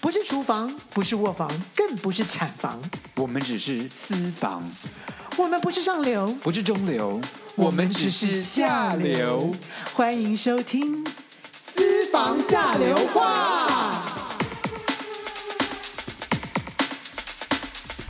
不是厨房，不是卧房，更不是产房，我们只是私房，我们不是上流，不是中流，我们只是下流。。欢迎收听《私房下流话》。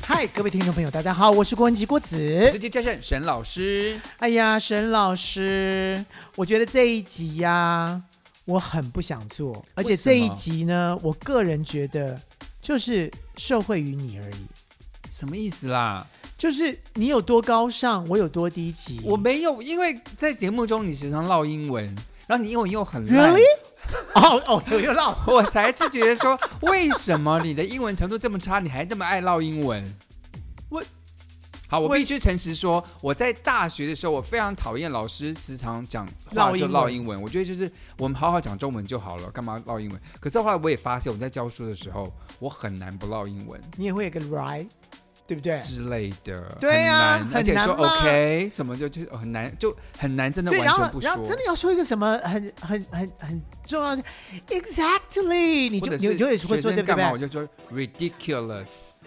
嗨，各位听众朋友，大家好，我是郭文吉郭子直。接战胜沈老师，哎呀，沈老师，我觉得这一集呀、我很不想做，而且为什么这一集呢，我个人觉得就是受惠于你而已，什么意思啦？就是你有多高尚，我有多低级。我没有，因为在节目中你时常唠英文，然后你英文又很烂 really？哦哦，有有闹。 我才是觉得说，为什么你的英文程度这么差，你还这么爱唠英文？我好，我我必须诚实说，我在大学的时候，我非常讨厌老师时常讲唠话就英文唠英文。我觉得就是我们好好讲中文就好了，干嘛唠英文？可是后来我也发现，我在教书的时候，我很难不唠英文你也会有个 right，对不对？之类的，对啊很难，很而且说难嘛 OK 什么就就很难，就很难，真的对，完然全后不然后说真。的要说一个什么很很很很重要的，exactly，你或就者你是就也会说学生对不干嘛对我？就说 ridiculous，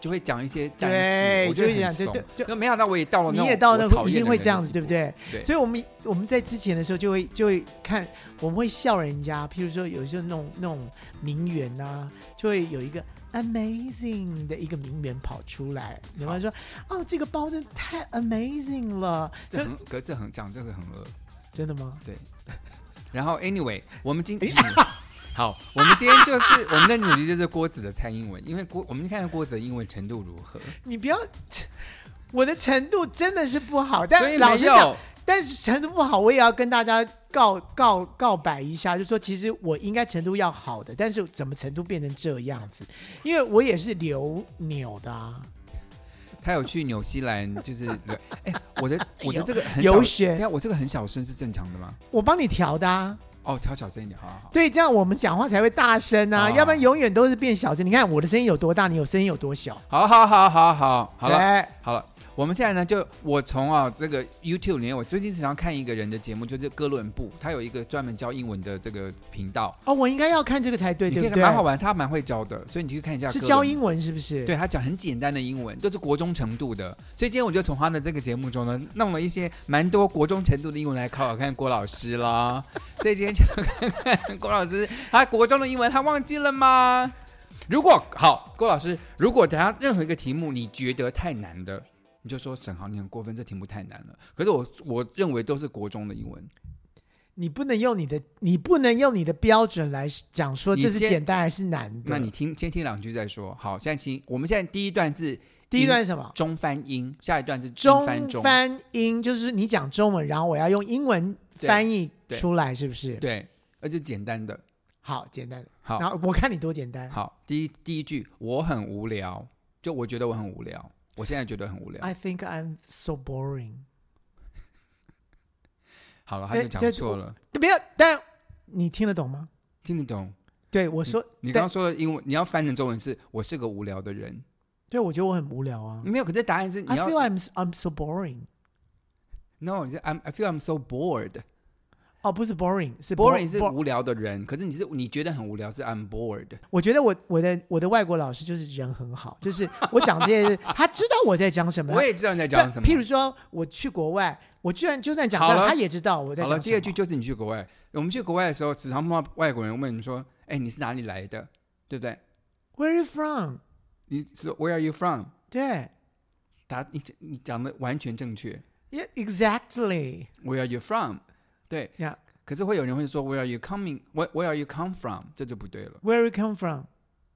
就会讲一些单词对，我觉就得是很这样对怂。对就没想到我也到哦了那你种也到那我会讨一定厌的会人这样的子，地对不对？步？对，所以我们我们在之前的时候就会就会看，我们会笑人家，譬如说有些那种那种名媛啊，就会有一个 amazing 的一个名媛跑出来，有没有说哦这个包真的太 amazing 了？这就很可是很讲这个很恶。真的吗？然后 anyway，我们今 好，我们今天就是我们的主题就是郭子的猜英文，因为郭我们看看郭子的英文程度如何，你不要， 我的程度真的是不好，但所以老没实讲，有但是程度不好，我也要跟大家告告告白一下，就说其实我应该程度要好的，但是怎么程度变成这样子？因为我也是留纽的啊，他有去纽西兰，就是 哎，我的我的这个很小游等一学，下我这个很小声是正常的吗？我帮你调的啊。哦，调小声一点，好好好。对，这样我们讲话才会大声啊，哦要不然永远都是变小声。你看我的声音有多大，你有声音有多小。哎好好好好好好了对，好了，我们现在呢就我从啊这个 YouTube 里面，我最近时常看一个人的节目，就是哥伦布，他有一个专门教英文的这个频道，哦，我应该要看这个才对，你对可以不看蛮好对？玩，啊他蛮会教的，所以你去看一下。是教英，文是不是？对他讲很简单的英文，都是国中程度的，所以今天我就从他的这个节目中呢，弄了一些蛮多国中程度的英文来考考看郭老 师啦。所以今天就看看郭老师他国中的英文他忘记了吗？如果好，郭老师，如果等下任何一个题目你觉得太难的，你就说沈航你很过分，这题目太难了。可是我我认为都是国中的英文，你不能用你的，你不能用你的标准来讲说你这是先简单还是难的。那你听先听两句再说。好，现在请我们现在第一段是第一段是什么？中翻英，下一段是中翻中。翻英就是你讲中文，然后我要用英文翻译对对出来，是不是？对，而且简单的。好，简单。好然后我看你多简单。好，第一第一句我很无聊，就我觉得我很无聊，我现在觉得很无聊。 I think I'm so boring。好了，他就哎讲这错了，不要，但你听得懂吗？听得懂？对我说，你但刚刚说的英文，你要翻成中文是“我是个无聊的人对我觉得我很无聊”，啊。没有。可是答案是你 I 要 feel I'm I'm so boring。 no，你是 I'm I feel I'm so bored。哦，不是 boring，是 bo- boring 是 bo- 无聊的人，可是你是你觉得很无聊是 I'm bored。我觉得我我的我的外国老师就是人很好，就是我讲这些，他知道我在讲什么，我也知道你在那讲什么。譬如说，我去国外，我居然就算讲好到，了他也知道我在好讲了，什第二么句就是你去国外，我们去国外的时候，时常碰到外国人问你说：“哎，你是哪里来的？”对不对？ Where are you from？你说 Where are you from？对答你你讲的完全正确。 ，Yeah, exactly. Where are you from？对 Yeah. 可是会有人会说 Where are you coming？Where Where are you come from？这就不对了， Where you come from？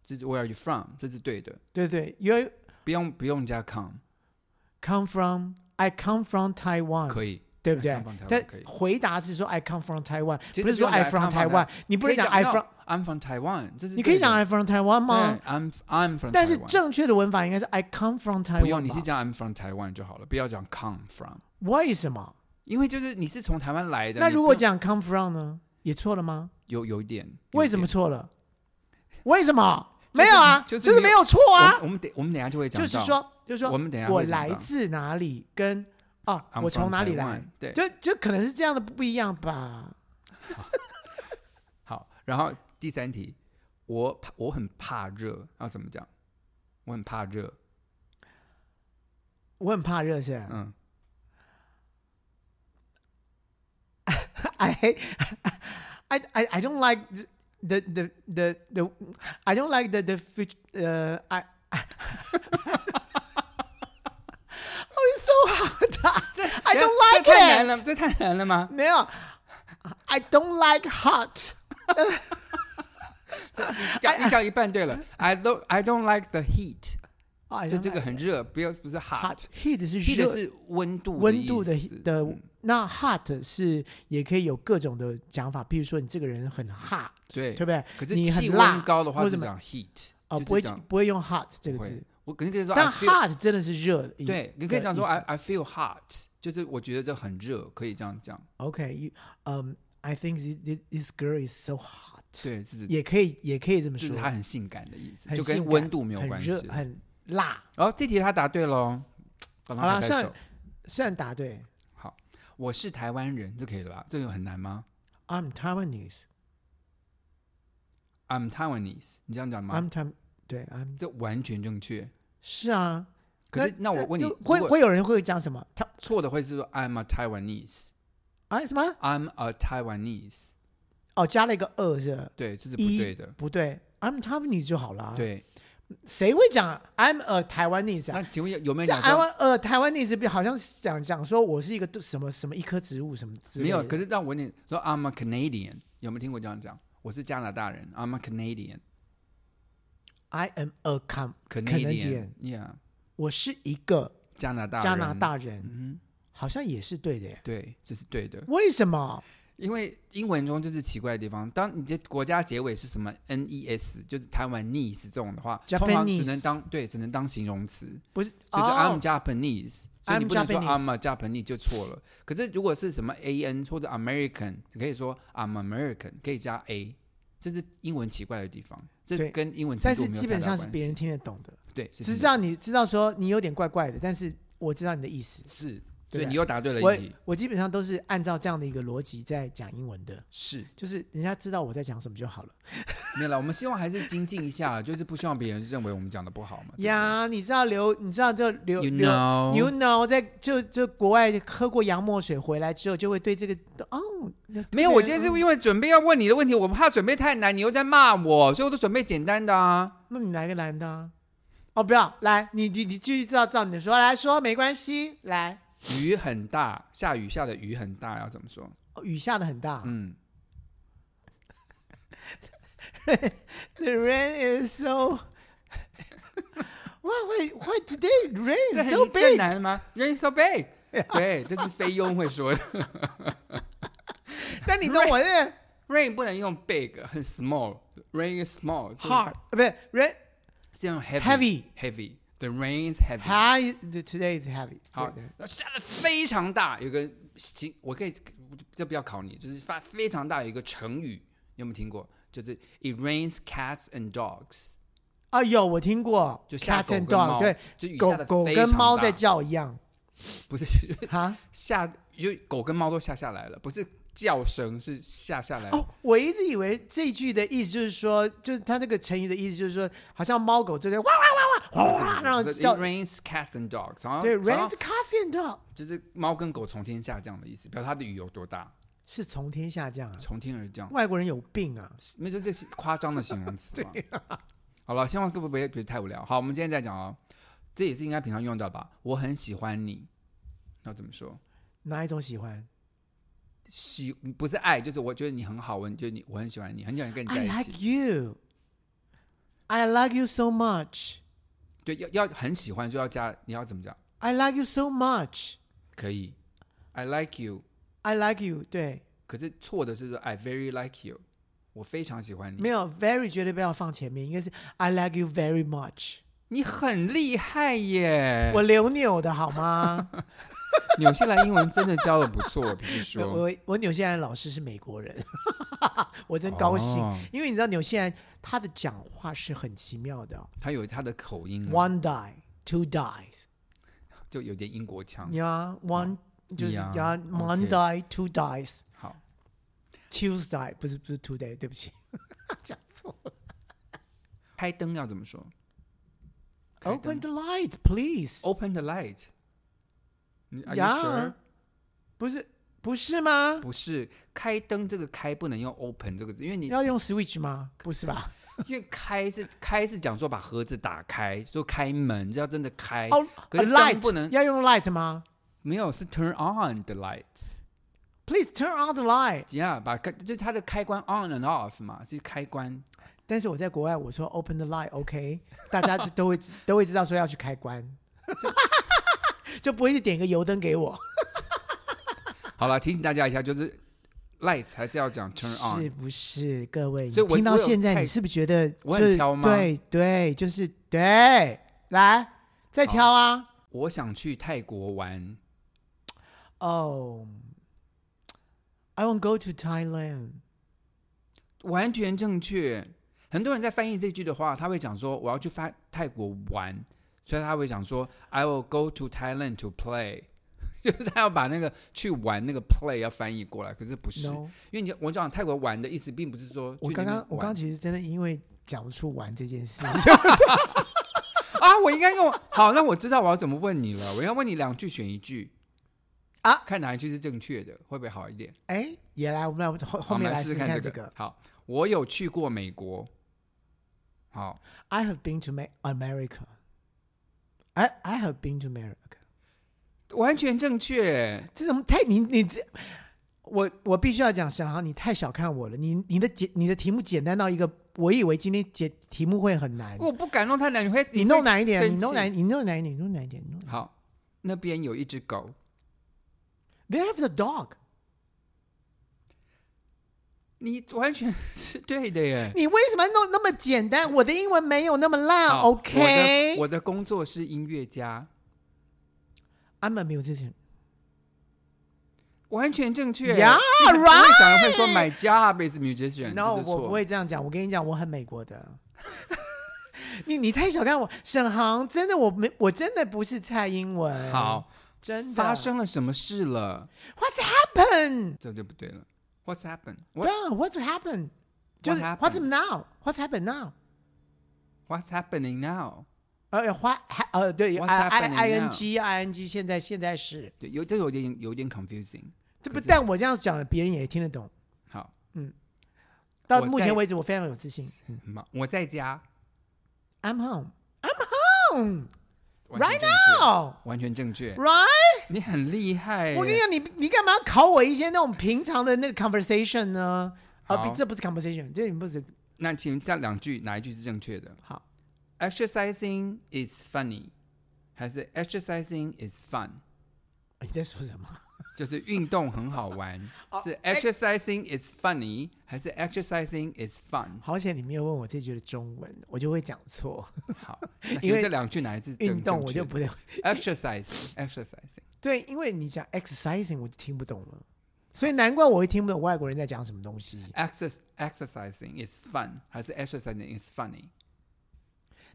这是 Where are you from？这是对的，对对，You 不用不用加 come， come from. I come from Taiwan，可以。嗯对不对 I come from Taiwan，？但可以回答是说 I come from Taiwan，其实不是说不用 I I from come from Taiwan。你不能讲可 I 以 from， no, I'm from Taiwan，这是你可以讲对 I from Taiwan 的吗？对？I'm I'm from，但是 Taiwan 正确的文法应该是 I come from 不用， Taiwan 你是吧。讲 I'm from Taiwan 就好了，不要讲 come from，为什么？因为就是你是从台湾来的。那你如果不讲用 come from 呢？也错了吗？有有一点，有为一什么点错了？为什么？就是没有啊，就就是是没有错啊我，我们等我们等一下就会讲就到，是说，就是我说们等一下我会讲来到自哪里，跟啊 I'm，我 from 从哪里 Taiwan，来，对，就就可能是这样的不一样吧。好，然后第三题，我怕我很怕热，要怎么讲？我很怕热，我很怕热，是吧嗯， I, I, I, I don't like th- the the the the I don't like the the fut- uh I. oh, it's so hard. 这 I don't 这 like 太难 it 了，这太难了吗？ 没有，I don't like hot. 这你 讲你讲一半对了，I don't I don't like the heat，哦，I 就 don't 这个 like 很热，不要不是 hot hot，heat heat 是热是温度温度的的意思的嗯，那 hot 是也可以有各种的讲法，比如说你这个人很 hot，对对不。对？可是你很气辣温高的话或是什么讲 heat，哦，就是不会讲不会用 hot 这个会字，我肯定可以说但 I feel- hot 真的是热的意。对，你可以的讲说意思 I I feel hot，就是我觉得这很热，可以这样讲。 Okay, you, um, I think thi- thi- this girl is so hot. 对，就是也可以，也可以这么就是说，它很性感的意思，很就性跟感温度没有很关系。热很辣。然后哦这题他答对喽，好好啦手算虽然答对我是台湾人，这可以了吧？这个很难吗，I'm Taiwanese, ？I'm Taiwanese，你这样讲吗？ I'm Taiwan，对，I'm 这完全正确。是啊。可是那我这问你，就如会果会有人会讲什么？他错的会是说 I'm a Taiwanese，I'm 啊什么？ a Taiwanese，哦，加了一个二是吧对，这是不一啊对的。不对，I'm Taiwanese 就好了。，对，谁会讲 I'm a Taiwanese 啊那？请问有有没有这讲 I'm 说 a Taiwanese 好像是讲讲说我是一个什么什么一棵植物什么之类没的。有？可是让我问你说 I'm a Canadian，有没有听过这样讲？我是加拿大人，I'm a Canadian。 I am a com Canadian Canadian，Yeah，我是一个加拿大人加拿，大人，嗯好像也是对的耶哼，。对，这是对的，为什么？因为英文中就是奇怪的地方。当你的国家结尾是什么 N E S，就是台湾 Nese 这种的话，通常 Japanese 只能当对，只能当形容词，不是？所以就哦 I'm Japanese，所以你不能说 I'm a Japanese 就错了。可是如果是什么 A N 或者 American，你可以说 I'm American，可以加 A，这是英文奇怪的地方，这对跟英文程但度是没有基本太大上是关别人系听得懂的，对，所以只是知道你知道说你有点怪怪的，但是我知道你的意思。是，对所以你又答对了我一题，我基本上都是按照这样的一个逻辑在讲英文的，是。就是人家知道我在讲什么就好了。没有了，我们希望还是精进一下，就是不希望别人认为我们讲的不好嘛。对不对呀，你知道刘，你知道就刘 You 刘 know you know，在就就国外喝过洋墨水回来之后，就会对这个哦，没有，我今这天个是因为准备要问你的问题，我怕准备太难，你又在骂我，所以我都准备简单的啊。那你来个男的啊、哦，不要来，你你你继续照照你的说来说，没关系，来，雨很大，下雨下的雨很大，要怎么说？哦雨下的很大、嗯， t h e rain is so. Why why why today rain 这 is 很 so 这 big？难吗？Rain so big，对，这是菲佣会说的。但你懂我 这 Rain 不能用 big，很 small，rain is small，就是 hard 不是 rain 是用 heavy heavy，heavy。The rain is heavy。 high today is heavy 好对。对，然后下的非常大，有个行，我可以这不要考你，就是发非常大有一个成语，你有没有听过？就是 it rains cats and dogs，啊有我听过，就下 cats 狗 and 跟 dog 猫，对，，就雨狗下的狗跟猫在，叫一样不是哈。下就狗跟猫都下下来了，不是叫声，是下下来了。哦，我一直以为这一句的意思就是说，就是它这个成语的意思就是说，好像猫狗就在哇哇哇哇哇哇，啊然后就是叫 it rains cats and dogs，然后对然后，rains cats and dog 就是猫跟狗从天下降的意思，表示它的雨有多大，是从天下降啊，从天而降。外国人有病啊。没事，这是夸张的形容词嘛。好了，希望各位别别太无聊。好，我们今天再讲哦，这也是应该平常用到吧？我很喜欢你，要怎么说？哪一种喜欢喜不是爱，就是我觉得你很好，我觉得你我很喜欢你，很想跟你在？I 一起。 like you. I like you so much. 对，要要很喜欢就要加，你要怎么讲？ I like you so much. 可以，I like you。 I like you. 对，可是错的是说 I very like you，我非常喜欢没你。有 very 绝对不要放前面，应该是 I like you very much。你很厉害耶！我扭扭的好吗？纽西兰英文真的教的不错，我必须我说。我我纽西兰老师是美国人， 我真高兴，哦因为你知道纽西兰他的讲话是很奇妙的、他有他的口音嘛， o n e die, two dies，就有点英国腔。呀、yeah,，one 就是嗯呀呀、 ，OK yeah,，one die, two dies。好， Tuesday 不是不是 Today，对不起，讲错了。开灯要怎么说开灯 Open the light, please。 ？Open the light 你。Are you Yeah sure？不是不是吗？不是开灯这个开不能用 open 这个字，因为你要用 switch 吗？不是吧？因为开是开是讲说把盒子打开，就开门，这要真的开。哦哎可是，a 灯不能 light 要用 light 吗没有是 turn on the lights， ？Please turn on the light。 yeah, 把开就是它的开关 on and off 嘛，是开关。但是我在国外，我说 open the light，OK，、大家就都会知都会知道说要去开关， 就不会去点一个油灯给我，好了，提醒大家一下，就是 lights 还是要讲 turn 是 on。不是？各位，所以你我听到我有现在，太你是不是觉得我就很是挑吗对对，就是对，来再挑啊！我想去泰国玩，哦、i won't go to Thailand。完全正确。很多人在翻译这句的话，他会讲说我要去发泰国玩，所以他会讲说 I will go to Thailand to play，就是 他要把那个去玩那个 play 要翻译过来，可是不是 No，因为你我讲泰国玩的意思，并不是说我去刚那边刚我刚玩刚其实真的因为讲不出玩这件事， 啊，我应该用 好，那我知道我要怎么问你了。我要问你两句，选一句啊看哪一句是正确的，会不会好一点？哎，也来，我们来我们后好后面我们来试试试试看这这个。好，我有去过美国。好， I have been to Ma- America. I I have been to America. 完全正确。这怎么太你你这，我我必须要讲，沈航，你太小看我了。你你的简你的题目简单到一个，我以为今天解题目会很难。我不敢弄太难，你会你会弄难一点，生气你弄难，你弄难一点，你弄难一点。你弄难一点好。那边有一只狗， There's a dog。你完全是对的 耶。你为什么弄那么简单？我的英文没有那么烂好我的，OK？I'm 我的工作是音乐家， a musician。完全正确。 Yeah，你很不会讲人会说 my job is musician， No，这是错我不会这样讲。我跟你讲，我很美国的。 你你太小看我，沈航，真的我没，我真的不是蔡英文。好，真的发生了什么事了？ What's happened？这就不对了。What's happened? 对 What ，What's happened？就是 happened？ What's now？What's happened now？ What's happening now？呃，What？ha- 呃，对 What's ，I happening I I N now？ G I N G，现在现在是，对，有这有点有点 confusing。这可不是但我这样讲了，别人也听得懂。好，到我目在前为止，我非常有自信。很忙我在家 I'm home 完 Right 全正确 now, 完全正确， right？你很厉害耶。我跟你讲，你你干嘛要考我一些那种平常的那个 conversation 呢？啊，好不这不是 conversation，这不是那请这两句哪一句是正确的好。 ？Exercising is funny，还是 exercising is fun？你在说什么？就是运动很好玩，哦是 exercising is funny 还是 exercising is fun？好险你没有问我这句的中文，我就会讲 错。 好，那请问因为这两句哪一次运动我就不会 exercising exercising。对，因为你讲 exercising 我就听不懂了，所以难怪我会听不懂外国人在讲什么东西。 Exer- exercising is fun 还是 exercising is funny？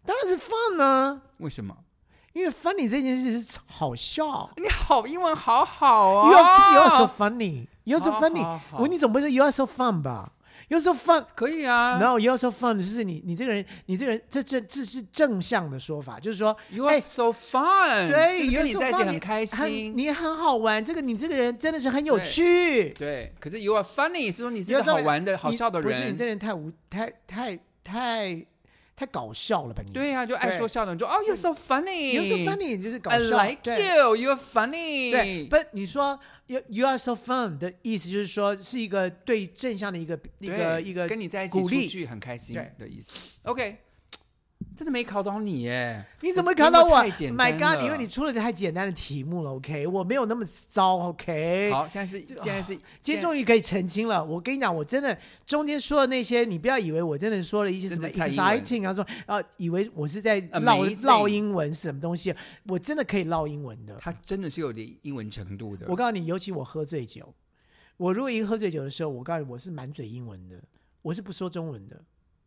当然是 fun 呢、为什么？因为 funny 这件事是好笑。你好，英文好好哦 You are, you are so funny. You are so 好 funny. 好好我你总不会说 You are so fun 吧？You are so fun. 可以啊。 No, you are so fun 就是你你这个人，你这个人，这这这是正向的说法，就是说 You are 哎 so fun，、对，就是有时候跟你在一起放很开心。你很好玩。这个你这个人真的是很有趣，对，可是 you are funny 是说你是一有个时候好玩的、你好笑的不是人你这。人太无太太太太搞笑了吧？你对呀、啊就爱说笑的人，就哦、you're so funny，有时候 funny 就是搞 I 笑 like 对 you，you're funny。对，不，你说 you you are so fun 的意思就是说是一个对正向的一个一对个一个跟你在一起鼓出励。去很开心对的意思。OK，真的没考倒你耶？你怎么考到我太简？My 单 God！了因为你出了太简单的题目了，OK，我没有那么糟，OK。好，现在是现在是今天终于可以澄清了。我跟你讲，我真的中间说的那些，你不要以为我真的说了一些什么这是蔡英文 exciting 啊，说啊，以为我是在唠 Amazing 唠英文是什么东西，我真的可以唠英文的。他真的是有点英文程度的。我告诉你，尤其我喝醉酒，我如果一喝醉酒的时候，我告诉你，我是满嘴英文的，我是不说中文的。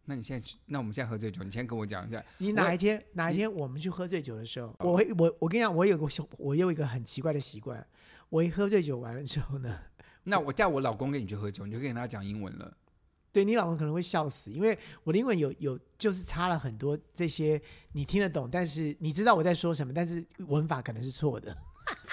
那你现在去，那我们现在喝醉酒，你先跟我哦讲一下。你哪一天哪一天我们去喝醉酒的时候，我会我我跟你讲，我有个小我有一个很奇怪的习惯，我一喝醉酒完了之后呢，那我叫我老公跟你去喝酒，你就可以跟他讲英文了。对你老公可能会笑死，因为我的英文有有就是差了很多这些你听得懂，但是你知道我在说什么，但是文法可能是错的。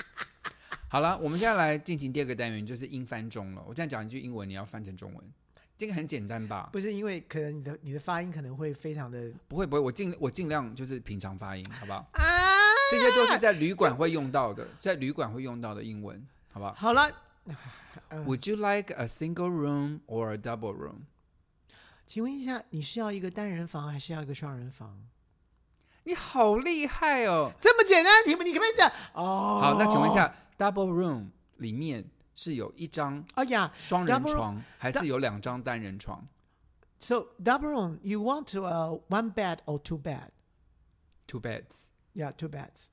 好了，我们现在来进行第二个单元，就是英翻中了。我这样讲一句英文，你要翻成中文，这个很简单吧？不是因为可能你的你的发音可能会非常的不会不会，我尽我尽量就是平常发音，好不好？啊。这些都是在旅馆会用到的，在旅馆会用到的英文，好不好好了， ？Would you like a single room or a double room？请问一下，你是要一个单人房还是要一个双人房？你好厉害哦！这么简单的题目，你可不可以讲？哦，好，那请问一，下，double room 里面是有一张哎呀双人 Double room- 床，还是有两张单人床，so double room you want to uh one bed or two bed? ？Two beds。 Yeah, two beds.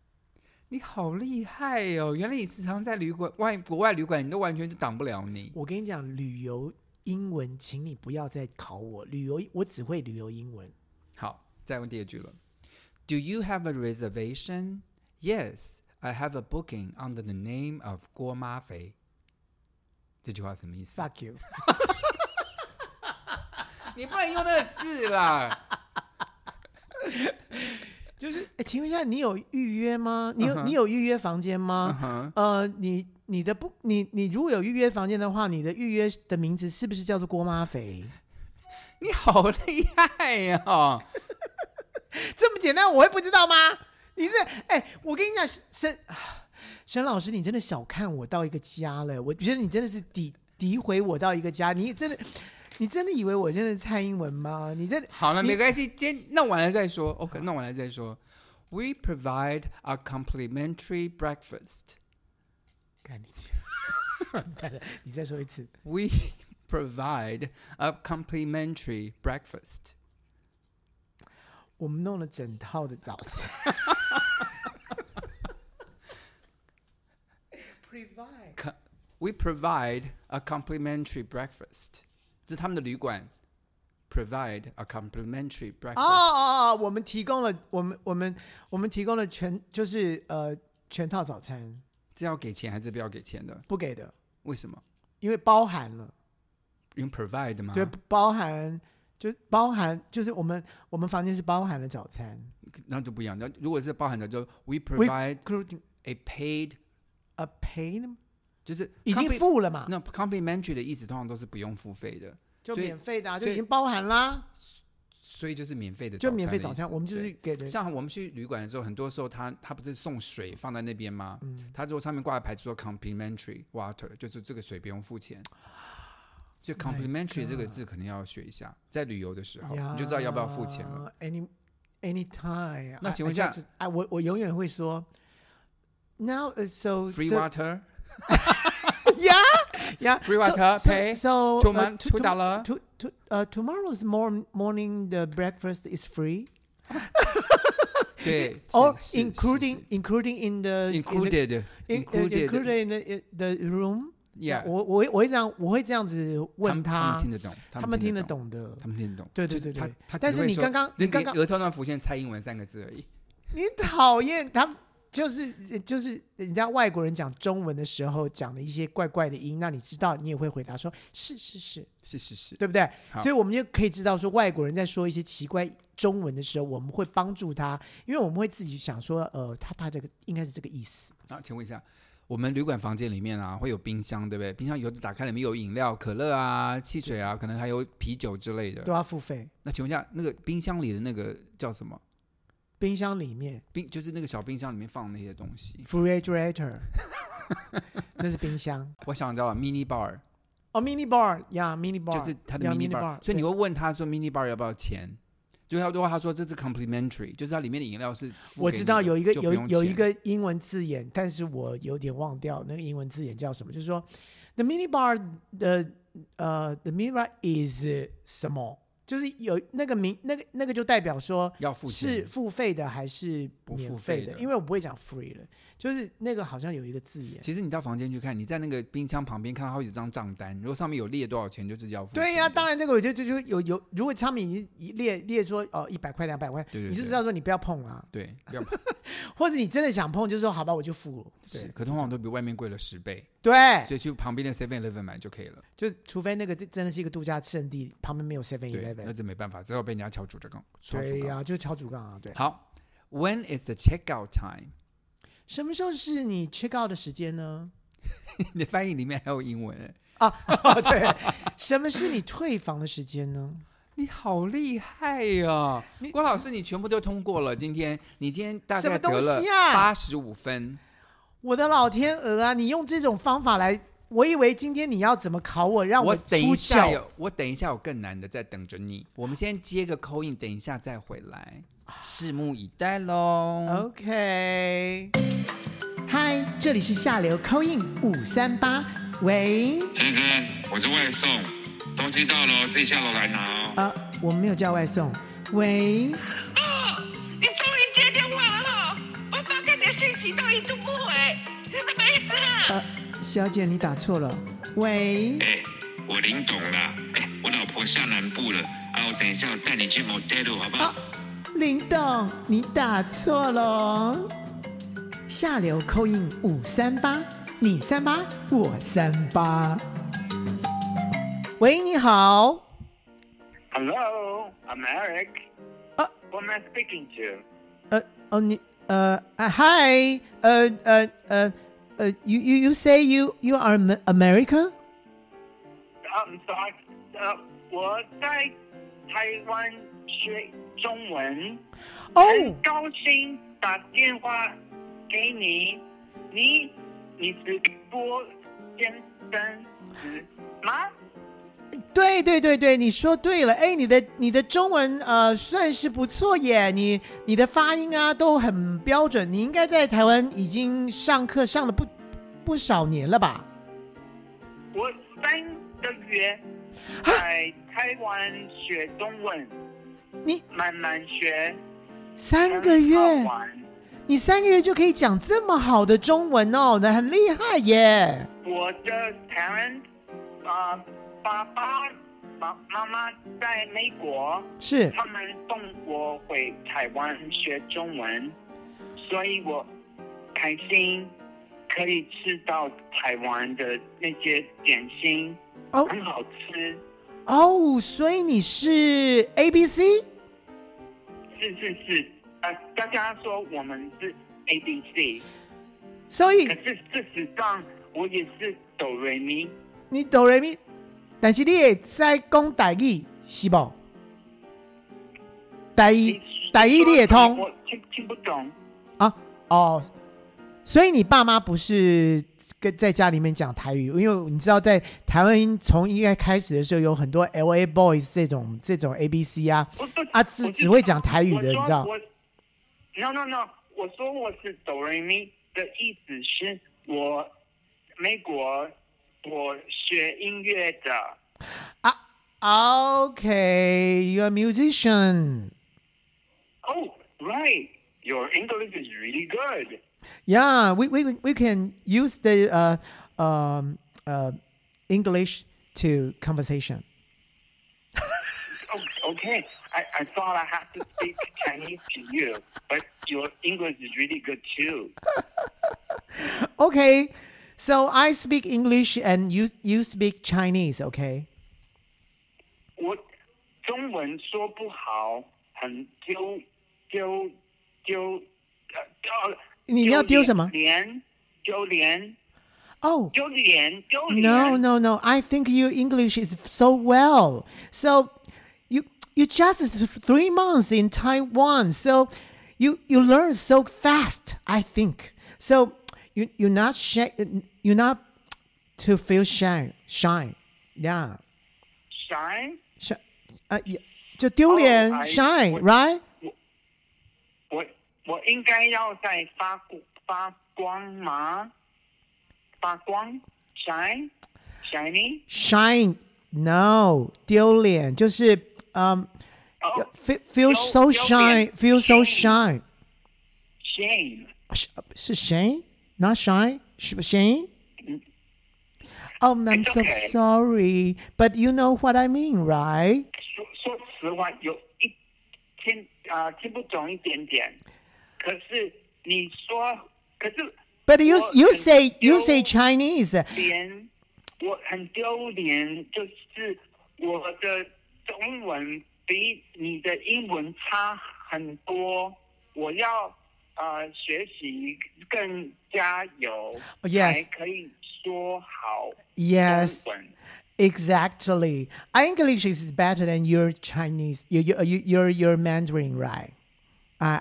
你好厉害哦！原来你时常在旅馆外国外旅馆，你都完全就挡不了你。我跟你讲，旅游英文，请你不要再考我旅游，我只会旅游英文。好，再问第二句了。Do you have a reservation? Yes, I have a booking under the name of 郭妈肥。这句话什么意思？ Fuck you！你不能用那个字 啦。就是，哎，请问一下，你有预约吗？你有、嗯哼你有预约房间嗯吗？哼，呃，你你的不，你你如果有预约房间的话，你的预约的名字是不是叫做郭妈肥？你好厉害呀、哦！这么简单，我会不知道吗？你这，哎、我跟你讲，沈沈老师，你真的小看我到一个家了。我觉得你真的是诋诋毁我到一个家，你真的，你真的以为我真的蔡英文吗？你真的。好了，你没关系，先弄完了再说。OK，弄完了再说。We provide a complimentary breakfast. 看你，完蛋了！ 你再说一次。 We provide a complimentary breakfast. 我们弄了整套的早餐。Provide Co- We provide a complimentary breakfast. 这是他们的旅馆。Provide a complimentary 哦 breakfast. 哦哦！我们提供了，我们我们我们提供了全就是呃全套早餐，这要给钱还是不要给钱的？不给的，为什么？因为包含了，用 provide 吗？对，包含就包含就是我们我们房间是包含了早餐那就不一样。那如果是包含的，就 we provide ，including a paid， a pay，就是已经 compli- 付了嘛，那 complimentary 的意思通常都是不用付费的，就所以免费的、啊，就所以已经包含啦、所以就是免费的，就免费早餐餐，的意思。我们就是给人像我们去旅馆的时候，很多时候他他不是送水放在那边吗？嗯他如果上面挂的牌子说 complimentary water，就是这个水不用付钱。就，Oh My complimentary God 这个字可能要学一下，在旅游的时候你就知道要不要付钱了。呀。Any anytime。那请问一下，哎，我我永远会说，Now is so Free water, Yeah, yeah. free water, pay So two uh, mon two dollar. To to uh tomorrow's morning morning the breakfast is free 对 or 是是哦是 including including in the in the- included in- uh, included included in the the room。 yeah，我我会我会这样我会这样子问他们他听，得懂，他们听得得，懂的。他们听得懂。对对就对是对他他只但是会你说刚刚你那刚刚额头上浮现蔡英文三个字而已。你讨厌他们就是就是人家外国人讲中文的时候讲的一些怪怪的音，那你知道你也会回答说是是是，是是是，对不对？好所以我们就可以知道说外国人在说一些奇怪中文的时候，我们会帮助他，因为我们会自己想说，呃，他他这个应该是这个意思。那请问一下，我们旅馆房间里面啊，会有冰箱，对不对？冰箱有打开，里面有饮料、可乐啊、汽水啊，可能还有啤酒之类的都。要付费。那请问一下，那个冰箱里的那个叫什么？冰箱里面冰就是那个小冰箱里面放的那些东西。 refrigerator，那是冰箱。我想到了 mini bar，哦、m i n i bar 呀、yeah,，mini bar 就是它的要 mini mini bar，所以你会问他说 mini bar 要不要钱？就是他如果他说这是 complimentary，就是它里面的饮料是付我给知你道的有一个就不有用有一钱个英文字眼，但是我有点忘掉那个英文字眼叫什么，就是说 the mini bar 的呃 the mini bar 呃 is 什么就是有那个名那个那个就代表说要付是钱，付费的还是不免付费费的因为我不会讲 free 了，就是那个好像有一个字眼。其实你到房间去看，你在那个冰箱旁边看到好几张账单，如果上面有列多少钱，就是要付钱的。对呀、当然这个我就就就有有，如果他们已经一列列说哦一百块两百块，对对你就对知道说你不要碰啊，对，不要 或者你真的想碰就说好吧我就付，是，是哎可通常都比外面贵了十倍，对，所以去旁边的 Seven Eleven 买就可以了。就除非那个真真的是一个度假胜地，旁边没有 Seven 对，那哎 Eleven，这没办法，只好被人家敲主这个。敲对竹杠呀、就敲竹杠啊， 对。好，When is the checkout time？ 什么时候是你 check out 的时间 呢？你的翻译里面还有英文欸，哦，对，什么是你退房的时间呢？你好厉害呀、你郭老师，你全部都通过了。今天你今天大什概么得东了西啊八十五分，我的老天鹅啊！你用这种方法来，我以为今天你要怎么考我，让我等一出下糗。有，我等一下有更难的在等着你。我们先接个扣印，等一下再回来，啊拭目以待哦喽。 OK，嗨，这里是下流 coin 五三八，喂，先生，我是外送，东西到了哦自己下楼来拿哦。啊，我们没有叫外送，喂，哦，你终于接电话了哈！我发给你的信息都一度不回，你什么意思啊？呃，小姐你打错了，喂，哎、我林董啦，哎、我老婆下南部了，啊，我等一下我带你去 motel 好不好？啊，林董你打错了哦，下流 coin 五三八，你三八我三八，喂，你好， Hello, I'm Eric. Uh- Who am I speaking to? 呃，哦，你，呃，啊，Hi，呃，呃，呃，呃，You you you say you you are Am- America？ Um, so I, uh, 我在台湾学中文，哦、很高兴打电话给你。你你是郭先生是吗？对对对对，你说对了。哎，你的你的中文呃算是不错耶，你你的发音啊都很标准，你应该在台湾已经上课上了不不少年了吧？我三个月啊在台湾学中文，你慢慢学，三个月，很好玩你三个月就可以讲这么好的中文哦，那很厉害耶。我的 parents 啊、呃爸爸妈妈妈在美国，是他们送我回台湾学中文，所以我开心可以吃到台湾的那些点心，哦很好吃。哦，所以你是 A B C。是是是，呃，大家说我们是 A B C，所可以是事实上我也是哆瑞咪，你哆来咪，但是你也在讲台语是不？台语台语你也通我听听不懂。啊？哦，所以你爸妈不是跟在家里面讲台语，因为你知道在台湾从一开始的时候有很多 L A Boys 这种这种 A B C 啊，不是啊只我是只会讲台语的我说你知道我 no no no，我说我是哆瑞咪的意思是我美国我学音乐的， OK，you are musician。哦、right，your English is really good。 Yeah, we, we, we can use the uh, um, uh, English to conversation. Oh, okay, I, I thought I had to speak Chinese to you, but your English is really good too. Okay, so I speak English and you you speak Chinese. Okay. 我中文说不好，很丢丢丢，呃，丢你要丢什么脸，丢脸， Oh 丢脸，丢脸。 no no no! I think your English is so well. So you you just three months in Taiwan. So you you learn so fast. I think so. You you're not shy. You're not to feel shy. Shy. Yeah. shy。 shy 啊，也 uh, 就丢脸、 Oh, I- shy what- right？我我应该要在发光发光吗？发光，shine，shiny。 Shine no 丢脸就是 Um, 哦 feel feel so 有有 shy, 点 feel so shy. shame，shame，是是 shame, not shy. 是不 shame? Oh, I'm It's so okay. sorry, but you know what I mean, right? 说说实话，有一听啊、听不懂一点点，可是你说，可是 But you 我 you 很 say you 丢 say Chinese. 脸，我很丢脸，就是我的中文比你的英文差很多，我要呃学习更加油 Yes 才可以说好中 Yes. 文。 Exactly. English is better than your Chinese, your your your, your Mandarin, right? I,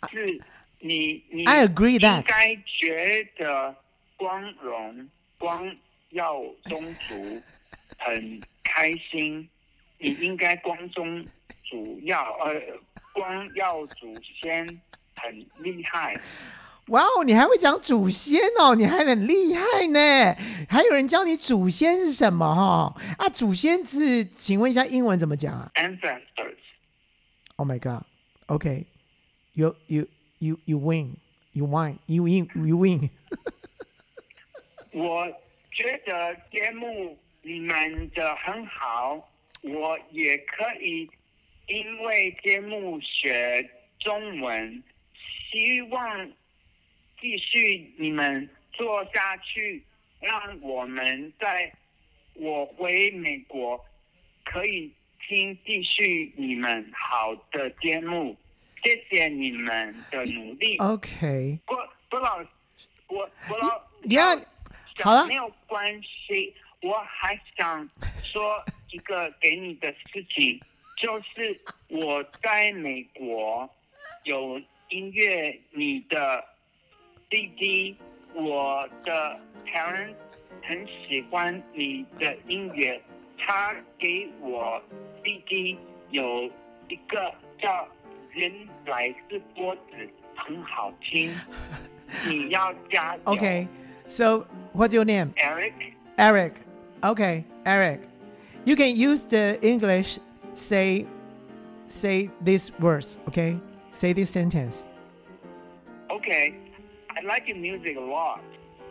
I 是你你 I agree that 应该觉得光荣、光耀宗族很开心，你应该光宗主耀，呃，光耀祖先很厉害。哇哦，你还会讲祖先哦，你还很厉害呢。还有人教你祖先是什么哦？啊，祖先是，请问一下英文怎么讲啊 Ancestors， ？Oh my god. Okay. You you you you win. You win. You win. You win. 我觉得节目你们的很好，我也可以因为节目学中文，希望继续你们做下去，让我们在我回美国可以听继续你们好的节目。谢谢你们的努力。哦 Okay. 郭郭老，我郭老，你要讲好了没有关系。我还想说一个给你的事情，就是我在美国有音乐你的 CD，我的 parents 很喜欢你的音乐，他给我 CD 有一个叫《人来自波子》，很好 听，你要加油 Okay. So what's your name? Eric。 Eric. Okay, Eric. You can use the English say say these words, okay? Say this sentence. okay, I like your music a lot.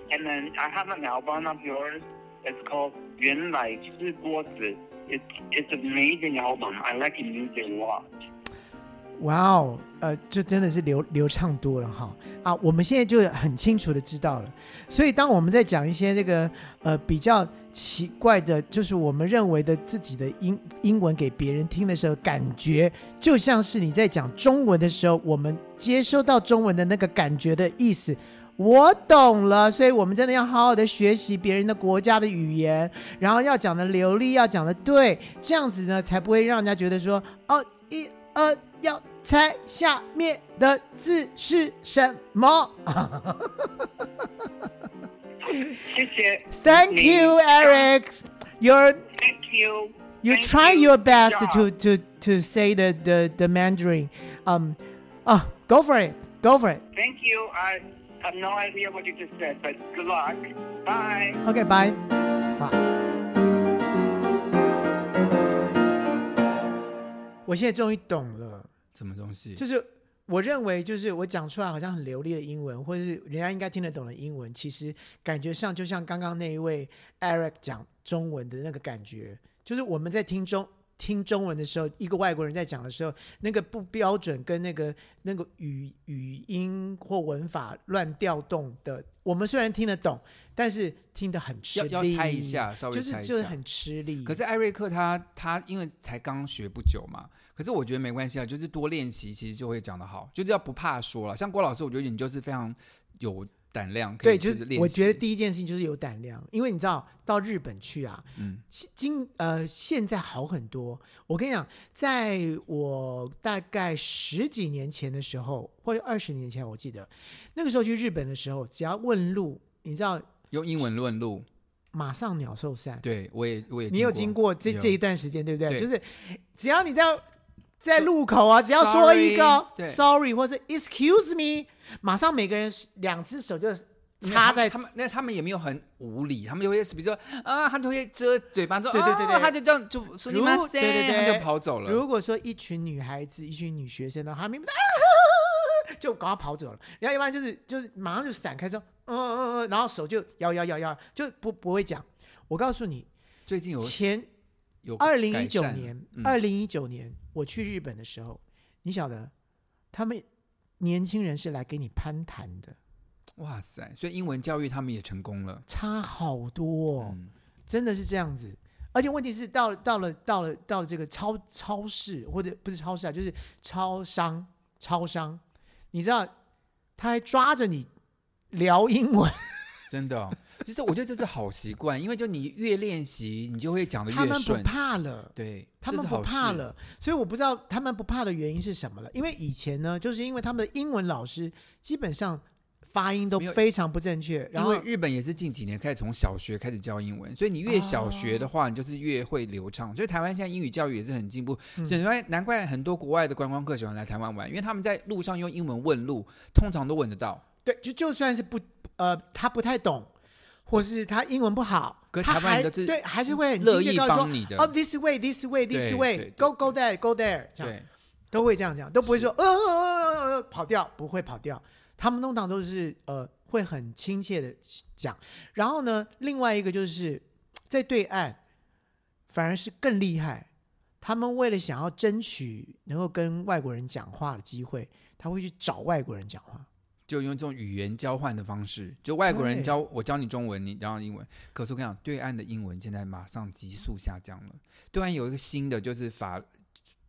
And then I have an album of yours. It's called 原来是锅子. It's it's an amazing album. I like your music a lot. 哇哦，呃，这真的是流流畅多了哈啊！我们现在就很清楚的知道了，所以当我们在讲一些这个呃比较奇怪的，就是我们认为的自己的英英文给别人听的时候，感觉就像是你在讲中文的时候，我们接收到中文的那个感觉的意思。我懂了，所以我们真的要好好的学习别人的国家的语言，然后要讲的流利，要讲的对，这样子呢才不会让人家觉得说哦一呃要猜下面的字是什么。谢谢 Thank 你。 you, Eric. You're Thank you. you Thank try you. your best Yeah. to to to say the the the Mandarin. Um, oh, go for it. Go for it. Thank you. I have no idea what you just said, but good luck. Bye. Okay, bye. Fuck. 我现在终于懂了。什么东西？就是我认为，就是我讲出来好像很流利的英文，或者是人家应该听得懂的英文，其实感觉上就像刚刚那一位 Eric 讲中文的那个感觉，就是我们在听中听中文的时候，一个外国人在讲的时候，那个不标准跟那个那个语语音或文法乱调动的，我们虽然听得懂，但是听得很吃要力，要猜一下稍微就是猜一就是下很吃力。可是艾瑞克他他因为才刚学不久嘛，可是我觉得没关系啊，就是多练习，其实就会讲得好，就是要不怕说了。像郭老师，我觉得你就是非常有胆量，可对，以就就是练习。我觉得第一件事情就是有胆量，因为你知道到日本去啊，嗯现，今呃现在好很多。我跟你讲，在我大概十几年前的时候，或者二十年前，我记得那个时候去日本的时候，只要问路，你知道用英文论路，马上鸟兽散。对我也我也你有经过这这一有段时间，对不对？对就是只要你在在路口啊，只要说一个 Sorry，对 “sorry” 或者 “excuse me”，马上每个人两只手就没有插在他们，那他们也没有很无理，他们就会比如说啊，他们会遮嘴巴说，对对对对哦他就这样就说你如妈对对对，他就跑走了。如果说一群女孩子、一群女学生的话，明白、 就赶快跑走了。然后一般就是就是马上就闪开说，嗯嗯嗯嗯，然后手就摇摇摇摇，就不不会讲。我告诉你，最近有前有二零一九改善年，嗯二零一九年我去日本的时候，你晓得，他们年轻人是来给你攀谈的，哇塞，所以英文教育他们也成功了。差好多、哦。嗯，真的是这样子。而且问题是到了到了到了到了这个超超市或者不是超市啊，就是超商超商，你知道他还抓着你聊英文，真的哦、就是我觉得这是好习惯，因为就你越练习，你就会讲的他越们不顺。怕了。对，他这们是不好怕事。了，所以我不知道他们不怕的原因是什么了。因为以前呢，就是因为他们的英文老师基本上发音都没有非常不正确，然因后为日本也是近几年开始从小学开始教英文，所以你越小学哦的话，你就是越会流畅。所以台湾现在英语教育也是很进步，嗯所以难怪难怪很多国外的观光客喜欢来台湾玩，因为他们在路上用英文问路，通常都问得到。对，就就算是不呃，他不太懂，或是他英文不好，可他台湾还人都是对还是会很乐亲切意告诉帮说你的哦，this way, this way, 对 this 对 way, 对 go go there, go there，这样对，都会这样讲，都不会说呃呃呃呃呃跑掉，不会跑掉，他们通常都是呃会很亲切的讲。然后呢，另外一个就是在对岸，反而是更厉害，他们为了想要争取能够跟外国人讲话的机会，他会去找外国人讲话。就用这种语言交换的方式，就外国人对教我教你中文，你教英文。可是我跟你讲，对岸的英文现在马上急速下降了。对岸有一个新的，就是法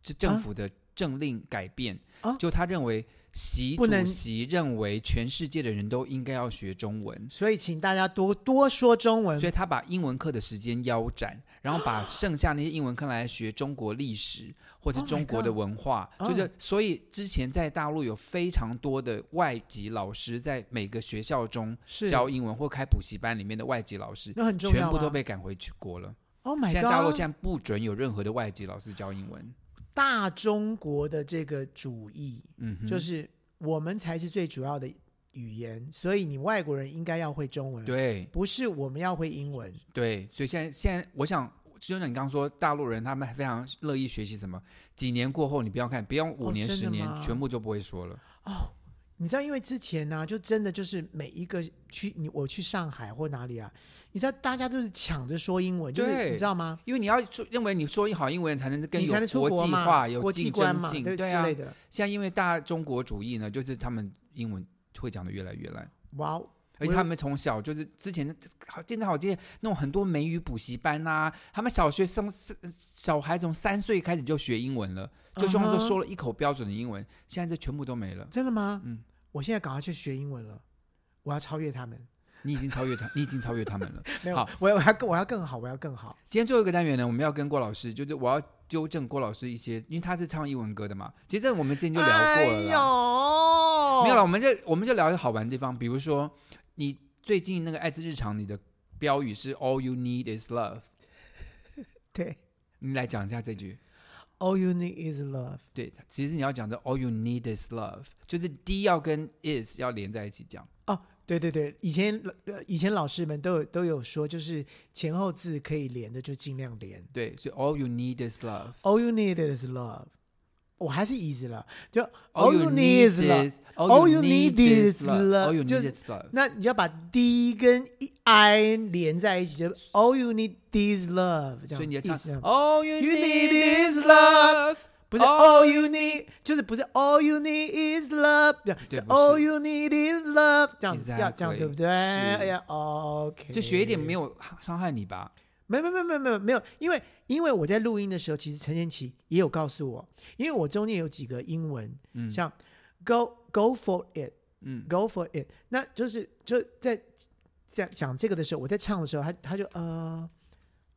就政府的政令改变，啊就他认为习不能主席认为全世界的人都应该要学中文，所以请大家多多说中文所以，他把英文课的时间腰斩，然后 把剩下那些英文课拿来学中国历史或者 Oh my 中国的文化 God 嗯就是所以之前在大陆有非常多的外籍老师在每个学校中是教英文或开补习班里面的外籍老师，那很重要全部啊都被赶回去国了。 Oh my 现 god！在大陆现在不准有任何的外籍老师教英文，大中国的这个主义，嗯哼，就是我们才是最主要的语言，所以你外国人应该要会中文，，对不是我们要会英文。对，所以现在现在我想。就像你刚刚说，大陆人他们非常乐意学习什么？几年过后，你不要看，不用五哦年、真的十年吗，全部就不会说了。Oh，你知道，因为之前呢、就真的就是每一个去你我去上海或哪里啊，你知道大家都是抢着说英文，就是对你知道吗？因为你要说认为你说好英文才能跟你有才能出国国际嘛，化、有国际竞观争嘛，性，对对之啊类。的。现在因为大中国主义呢，就是他们英文会讲的越来越烂，哇哦，而我且他们从小就是之前好现在好见那种很多美语补习班啊，他们小学生小孩从三岁开始就学英文了，就希望说嗯哼说了一口标准的英文，现在这全部 都没了。真的吗？嗯，我现在赶快去学英文了，我要超越他们。你已经超越他，你已经超越他们了。 没有好，我要我要更我要更好，我要更好。今天最后一个单元呢，我们要跟郭老师，就是我要纠正郭老师一些，因为他是唱英文歌的嘛，其实这我们之前就聊过了啦。哎呦，没有了，我们就我们就聊一个好玩的地方，比如说你最近那个爱之日常，你的标语是 “All you need is love”，对你来讲一下这句。 ，All you need is love。对，其实你要讲的 “All you need is love”，就是 “d” 要跟 “is” 要连在一起讲。哦，对对对，以前呃以前老师们都有都有说，就是前后字可以连的就尽量连。对，所以 “All you need is love”。 All you need is love。我还是 is 了，就 All you you need is love。 all All you you need need is is love. love， All you 就 need 是 is love。那你要把 d 跟 e- i 连在一起，就是 All you need is love 这样。所以你要意思这唱样 “All you You need need is is love”，哦不是哦 all you need，就是不是 all you need is love，不对是不是 all you need is love，这样子 Exactly，要这样对不对？是哎呀，OK，就学一点没有，有伤害你吧。没有没有没有没有没有，因为因为我在录音的时候，其实陈建奇也有告诉我，因为我中间有几个英文，像 go go for it，嗯，go for it，那就是就在在讲这个的时候，我在唱的时候，他他就呃。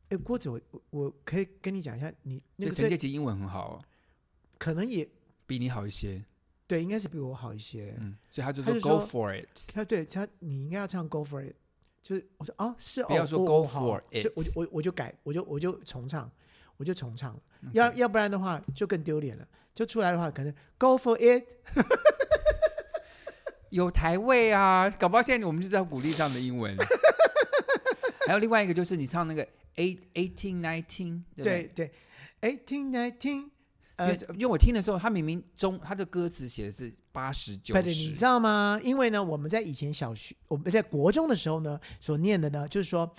哎，郭子，我我我可以跟你讲一下，你那所以个陈最建奇英文很好哦，可能也比你好一些。对，应该是比我好一些。嗯，所以他就他说就 “Go 说 for it”。他对他，你应该要唱 Go for it，就是我说哦是哦，不要说哦 go 哦好所 for 以我 it 就我我就改，我就我就重唱，我就重唱了，要要不然的话就更丢脸了，就出来的话可能 Go for it，有台位啊，搞不好现在我们就是要鼓励这样的英 文。还有另外一个就是你唱那个 eight eighteen nineteen，对不对对？对，eighteen 哎 nineteen，因呃为因为我听的时候，他明明中他的歌词写的是八十九对对，你知十，道吗？因为呢，我们在以前小学，我们在国中的时候呢，所念的呢，就是说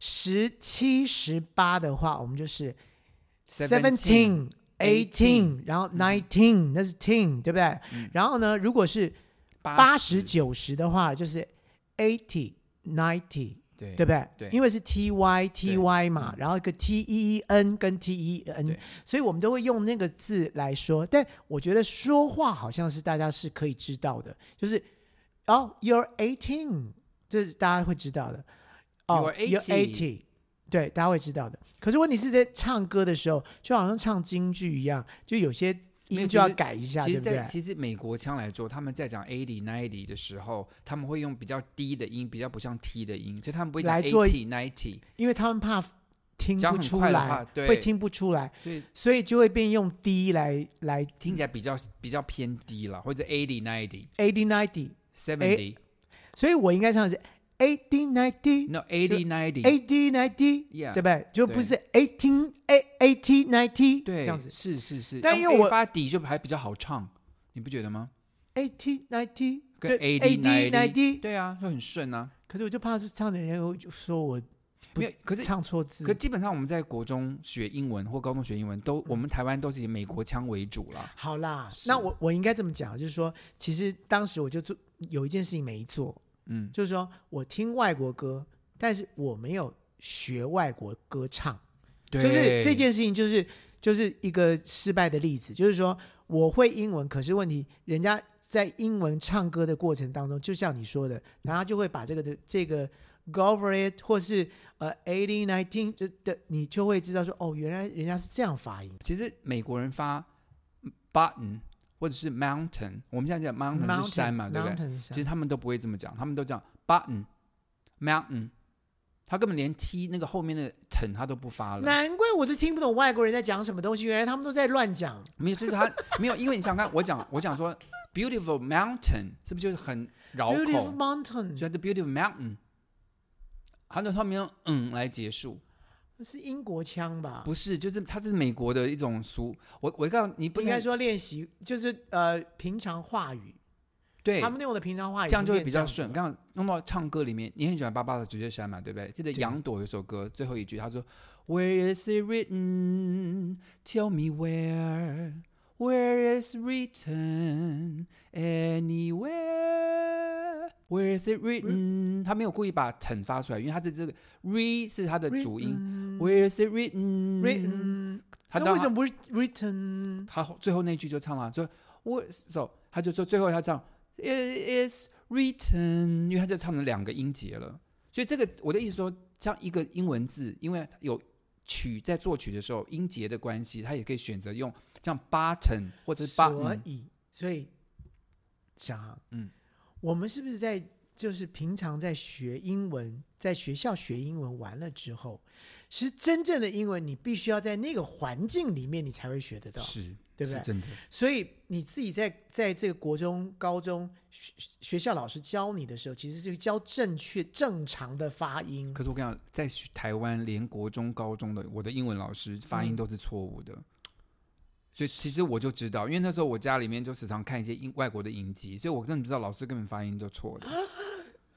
十七、十八的话，我们就是 seventeen Seventeen、 eighteen，然嗯后 nineteen，、那是 teen，对不对？然后呢，如果是八十80九十的话，就是 eighty、ninety。对对不对？对嗯因为是 T Y T Y 嘛，然后一个 T E E N 跟 T E N，对所以我们都会用那个字来说。但我觉得说话好像是大家是可以知道的，就是哦、y o u r e eighteen，这是大家会知道的。哦、 You're y o u r e 80 eighty，对，大家会知道的。可是问题是在唱歌的时候，就好像唱京剧一样，就有些没音有就要其实改一下，其对实不在，对？其实美国腔来说，他们在讲 eighty ninety 的时候，他们会用比较低的音，比较不像 t 的音，所以他们不会讲来做 eighty ninety，因为他们怕听讲不很出快的来话，对会听不出来，所以所以就会变用 D 来来听起来比较比较偏低了，或者 eighty ninety eighty ninety， seventy 所以我应该唱的是 eighty ninety no eighty ninety eighty ninety， Yeah，对不对？就不对是 eighteen a eighty ninety 这对样子是是是，但用因为我 A 发底就还比较好唱，你不觉得吗？ eighty ninety 跟对 eighty eighty ninety，对啊，就很顺啊。可是我就怕是唱的人会就说我不没有，可是唱错字可，基本上我们在国中学英文或高中学英文，嗯都我们台湾都是以美国腔为主啦。好啦，那我我应该这么讲，就是说，其实当时我就做有一件事情没做，嗯，就是说我听外国歌，但是我没有学外国歌唱。对，就是这件事情，就是就是一个失败的例子，就是说我会英文，可是问题人家在英文唱歌的过程当中，就像你说的，然后就会把这个的这个 government 或是呃 eighteen nineteen 就的，你就会知道说哦，原来人家是这样发音其实美国人发 button 或者是 mountain，我们现在讲 mountain 是山嘛，对不对？ ，mountain 其实山，他们都不会这么讲，他们都讲 button mountain，他根本连 t 那个后面的层他都不发了。难怪我都听不懂外国人在讲什么东西，原来他们都在乱讲。没有，就是他没有，因为你想看我讲，我讲说 beautiful mountain 是不是就是很绕 Beautiful 口？ mountain 所以它 beautiful mountain，他们他们用嗯来结束，是英国腔吧？不是，就是它是美国的一种俗。我我告诉你，你不应该能说练习就是呃平常话语。对他们用的平常话语这样就会比较已经顺。变这样子了。刚刚弄到唱歌里面，你很喜欢芭芭的《直接山》嘛，对不对？记得杨朵有首歌，最后一句他说：“Where is it written? Tell me where. Where is written? Anywhere? Where is it 嗯 written？” 他没有故意把“腾”发出来，因为他的这个 “re” 是他的主音。Where is it written? 嗯 written，嗯他那当为什么不是 written？他最后那句就唱了，说 What so，他就说最后他唱 It is written，因为他就唱了两个音节了。所以这个我的意思说，像一个英文字，因为有曲在作曲的时候音节的关系，他也可以选择用像八成或者是八所嗯以，所以，想啊，嗯，我们是不是在就是平常在学英文，在学校学英文完了之后，是真正的英文，你必须要在那个环境里面你才会学得到。是，对不对是真的，所以你自己在在这个国中、高中学学校老师教你的时候，其实是教正确、正常的发音。可是我跟你讲，在台湾连国中、高中的我的英文老师发嗯音都是错误的，所以其实我就知道，因为那时候我家里面就时常看一些英外国的影集，所以我根本知道老师根本发音都错啊的，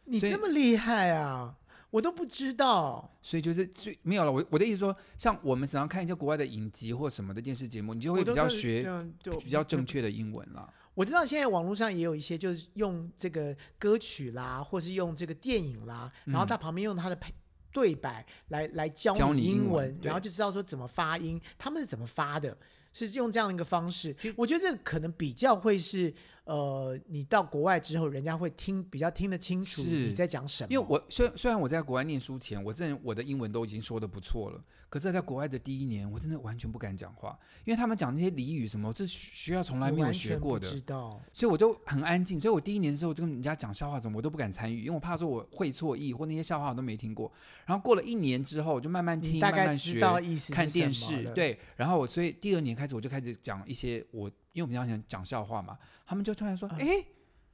你所以这么厉害啊！我都不知道，所以就是所以没有了。我我的意思说，像我们时常看一些国外的影集或什么的电视节目，你就会我都嗯比较跟这学样对我 比较正确的英文啦。我知道现在网络上也有一些，就是用这个歌曲啦，或是用这个电影啦，然后他旁边用他的配对白来来教嗯教你你英英文对然后就知道说怎么发音，他们是怎么发的，是用这样的一个方式其实。我觉得这个可能比较会是呃，你到国外之后，人家会听比较听得清楚是你在讲什么。因为我虽然虽然我在国外念书前，我真的我的英文都已经说的不错了，可是在国外的第一年，我真的完全不敢讲话，因为他们讲那些俚语什么，我是学校从来没有完学全过不的，知道。所以我就很安静。所以我第一年的时候，就跟人家讲笑话什么，我都不敢参与，因为我怕说我会错意或那些笑话我都没听过。然后过了一年之后，我就慢慢你听，大概慢慢知学，道意思是看电什么视了，对。然后我所以嗯第二年开始，我就开始讲一些我，因为我们平常想讲笑话嘛，他们就突然说：“哎、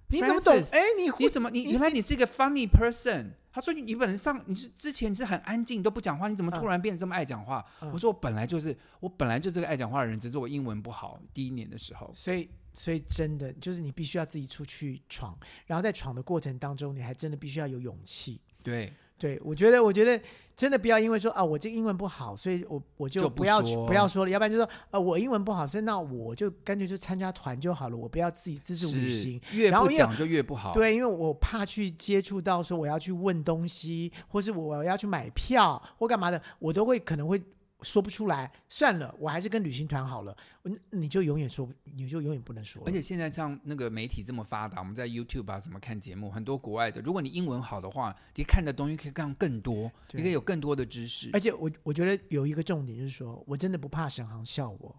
你怎么懂？ Francis，哎，你会你怎么你原来你是一个 funny person？他说你你本人上你是之前是很安静都不讲话，你怎么突然变得这么爱讲话？嗯我说我本来就是我本来就是个爱讲话的人，只是我英文不好。第一年的时候，所以，所以真的就是你必须要自己出去闯，然后在闯的过程当中，你还真的必须要有勇气。对，对我觉得，我觉得真的不要因为说啊，我这个英文不好，所以我我就就不不要说不要说了，要不然就说啊，我英文不好，所以那我就干脆就参加团就好了，我不要自己自助旅是行。越然后不因为讲就越不好。，对，因为我怕去接触到说我要去问东西，或是我要去买票或干嘛的，我都会可能会说不出来。算了，我还是跟旅行团好了。你你就永远说不，你就永远不能说了。而且现在像那个媒体这么发达，我们在 YouTube 啊什么看节目，很多国外的，如果你英文好的话，你看的东西可以看更多，对你可以有更多的知识。而且我我觉得有一个重点就是说，我真的不怕沈航笑我，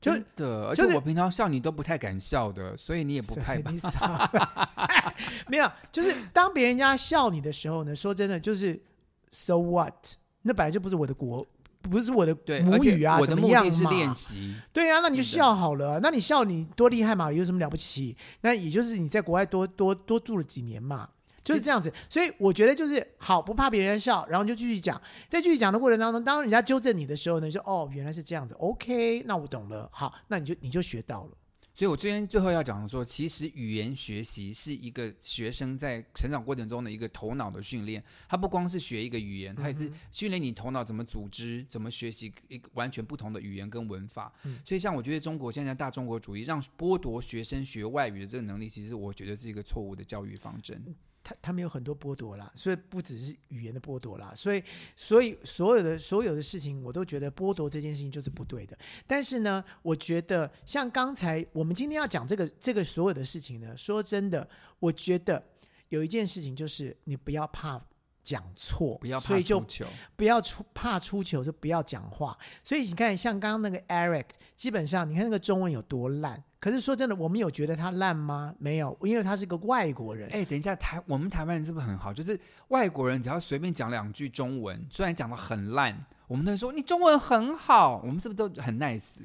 就真的，而就且是我平常笑你都不太敢笑的，所以你也不所以害怕你。少 没有，就是当别人家笑你的时候呢，说真的就是 so what，那本来就不是我的国，不是我的对，而母且语啊，我怎的么目样的是嘛练习。对啊，那你就真的笑好了啊、那你笑你多厉害嘛，有什么了不起？那也就是你在国外多多多住了几年嘛，就是这样子。所以我觉得就是好，不怕别人笑，然后就继续讲。在继续讲的过程当中，当人家纠正你的时候呢，你就哦原来是这样子，OK，那我懂了。好，那你就你就学到了。所以我今天最后要讲的说，其实语言学习是一个学生在成长过程中的一个头脑的训练。它不光是学一个嗯语言，它也是训练你头脑怎么组织、怎么学习一个完全不同的语言跟文法。嗯所以，像我觉得中国现在大中国主义，让剥夺学生学外语的这个能力，其实我觉得是一个错误的教育方针。他他们有很多剥夺啦，所以不只是语言的剥夺啦，所以所以所有的所有的事情，我都觉得剥夺这件事情就是不对的。但是呢，我觉得像刚才我们今天要讲这个这个所有的事情呢，说真的，我觉得有一件事情就是你不要怕讲错，不要怕所以就出糗，不要出怕出糗，就不要讲话。所以你看，像刚刚那个 Eric，基本上你看那个中文有多烂，可是说真的，我们有觉得他烂吗？没有，因为他是个外国人。哎、等一下，台我们台湾人是不是很好？就是外国人只要随便讲两句中文，虽然讲的很烂，我们都会说你中文很好，我们是不是都很 nice？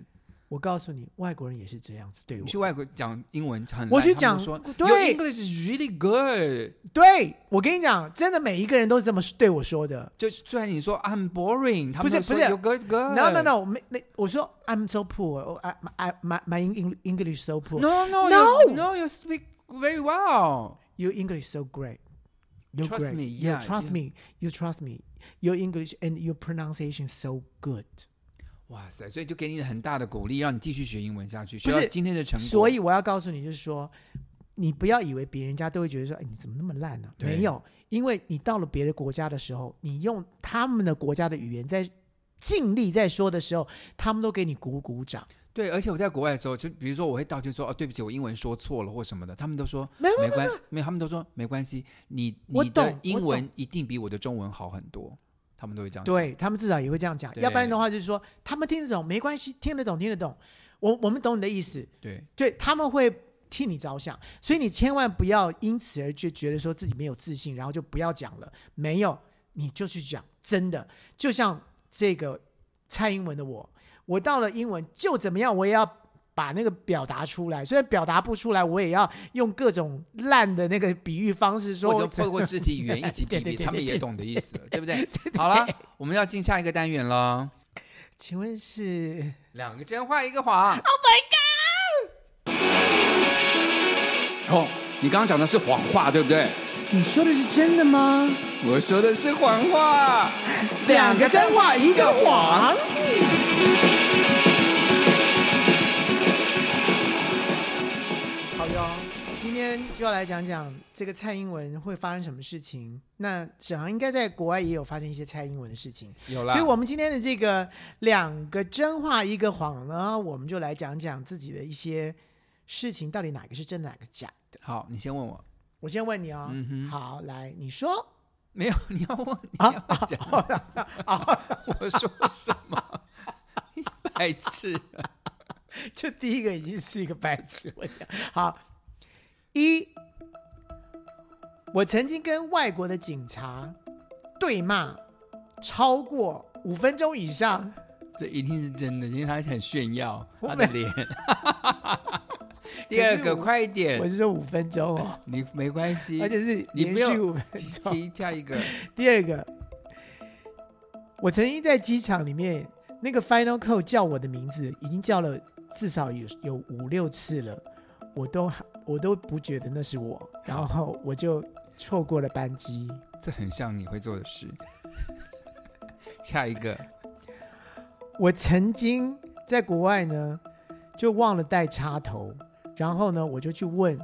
我告诉你，外国人也是这样子对你我。去外国讲英文很烂，我去他们讲就说对 Your English is really good。对我跟你讲，真的每一个人都是这么对我说的。就虽然你说 I'm boring，他不们是不就说是 You're good good。 No no no，没没，我说 I'm so poor，I I my my Eng- English so poor， no no No！ you- no you speak very well。 your English so great。You Trust great. me, You yeah, trust yeah. me. You trust me. Your English and your pronunciation so good. 哇塞，所以就给你很大的鼓励，让你继续学英文下去，不学是到今天的成果。所以我要告诉你，就是说，你不要以为别人家都会觉得说，哎，你怎么那么烂呢、对没有，因为你到了别的国家的时候，你用他们的国家的语言在尽力在说的时候，他们都给你鼓鼓掌。对，而且我在国外的时候，就比如说我会道歉说哦，对不起，我英文说错了或什么的，他们都说没有没关没有，他们都说没关系，你我你懂的我英文懂一定比我的中文好很多，他们都会这样讲。对他们至少也会这样讲，对要不然的话就是说，他们听得懂没关系，听得懂听得懂，我我们懂你的意思，对，对他们会替你着想，所以你千万不要因此而就觉得说自己没有自信，然后就不要讲了。没有，你就去讲，真的，就像这个蔡英文的我，我到了英文就怎么样，我也要。把那个表达出来，虽然表达不出来，我也要用各种烂的那个比喻方式说或我者怎。透过肢体语言一起比对对 比，对他们对也对懂的意思了， 对不对？好了，我们要进下一个单元了，请问是两个真话一个谎。Oh my god！哦，你刚刚讲的是谎话，对不对？你说的是真的吗？我说的是谎 话，两个真话一个谎。好哟，今天就要来讲讲这个蔡英文会发生什么事情。那沈航应该在国外也有发生一些蔡英文的事情，有啦，所以我们今天的这个两个真话一个谎呢，我们就来讲讲自己的一些事情，到底哪个是真，哪个假的。好，你先问我。我先问你哦，嗯哼好，来你说，没有， 你要问，你要讲， 我说什么？ 你白痴！这第一个已经是一个白痴问题了。好，一，我曾经跟外国的警察对骂超过五分钟以上。 这一定是真的，因为他很炫耀我他没的脸。第二可是个，我快一我点，是说五分钟哦，你没关系而。且是哎你连没续有五分钟。提下一个，第二个，我曾经在机场里面，那个 Final Call 叫我的名字，已经叫了至少有有五六次了，我都还我都不觉得那是我，然后我就错过了班机。这很像你会做的事。 下一 个，我曾经在国外呢，就忘了带插头，然后呢，我就去问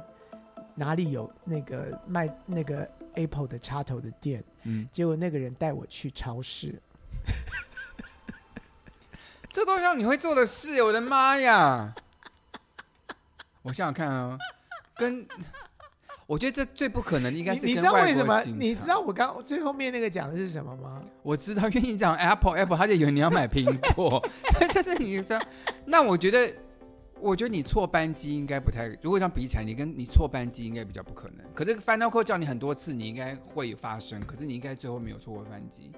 哪里有那个卖那个 Apple 的插头的店，嗯，结果那个人带我去超市。这都像你会做的事，我的妈呀！我想想看哦， 跟我觉得这最不可能的应该你是你跟知道外国为什么？警察你知道我刚最后面那个讲的是什么吗？我知道，因为你讲 Apple Apple，他就以为你要买苹 果， 这是你说。那我觉得，我觉得你错班机应该不太，如果这样比起来，你跟你错班机应该比较不可能。可是 Final Call 叫你很多次，你应该会有发生，可是你应该最后没有错过班机，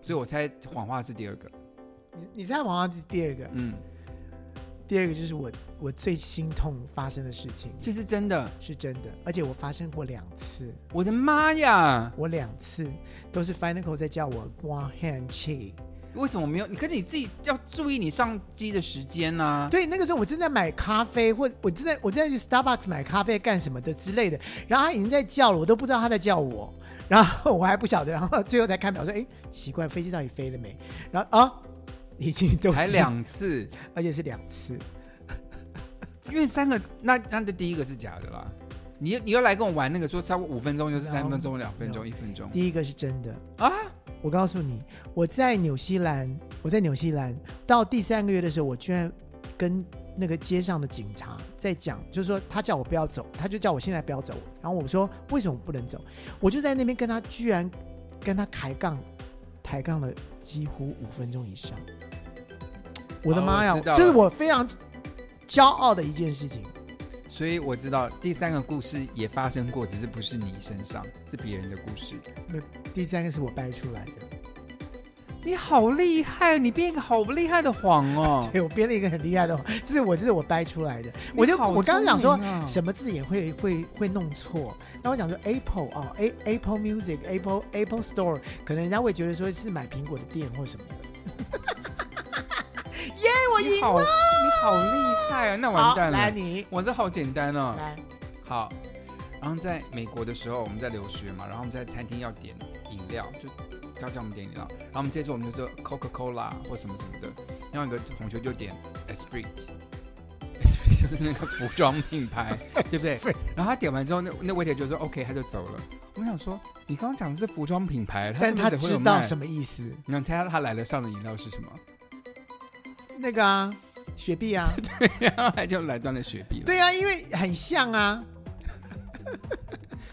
所以我猜谎话是第二个。你你猜王王是第二个，嗯，第二个就是我我最心痛发生的事情这是真的，是真的，而且我发生过两次，我的妈呀！我两次都是 Final 在叫我刮 hand cheek。为什么没有？可是你自己要注意你上机的时间啊呐、对，那个时候我正在买咖啡，或我正在我正在去 Starbucks 买咖啡干什么的之类的，然后他已经在叫了，我都不知道他在叫我，然后我还不晓得，然后最后才看表说，哎，奇怪，飞机到底飞了没？然后啊，已经都还知，两次，而且是两次，因为三个，那那就第一个是假的啦。你你又来跟我玩那个，说差不多五分钟就是 No，三分钟、两分钟、 no 一分钟第一个是真的，啊！我告诉你，我在纽西兰，我在纽西兰到第三个月的时候，我居然跟那个街上的警察在讲，就是说他叫我不要走，他就叫我现在不要走，然后我说为什么不能走？我就在那边跟他居然跟他抬杠，抬杠了几乎五分钟以上。我的妈呀！哦我知道了这是我非常骄傲的一件事情。所以我知道第三个故事也发生过，只是不是你身上，是别人的故事。那第三个是我掰出来的，你好厉害，你编一个好厉害的谎哦！对我编了一个很厉害的谎，这是我这是我掰出来的。你我就好我刚刚想说聪明啊什么字眼会会会弄错，那我想说 Apple 哦，A Apple Music Apple Apple Store，可能人家会觉得说是买苹果的店或什么的。 耶，我你赢好，了！你好厉害啊！那完好，蛋来了，你我这好简单哦。来，好，然后在美国的时候，我们在留学嘛，然后我们在餐厅要点饮料，就他叫我们点饮料，然后我们这次我们就说 Coca Cola 或什么什么的，然后有一个同学就点 Esprit。Esprit 就是那个服装品 牌，对不对？然后他点完之后，那那 waiter 就说 OK，他就走了。我想说，你刚刚讲的是服装品牌，但他知道什么？么意思？你想猜他来了上的饮料是什么？ 那个啊，雪碧啊，然后他就来端了雪碧了。，对啊，因为很像啊。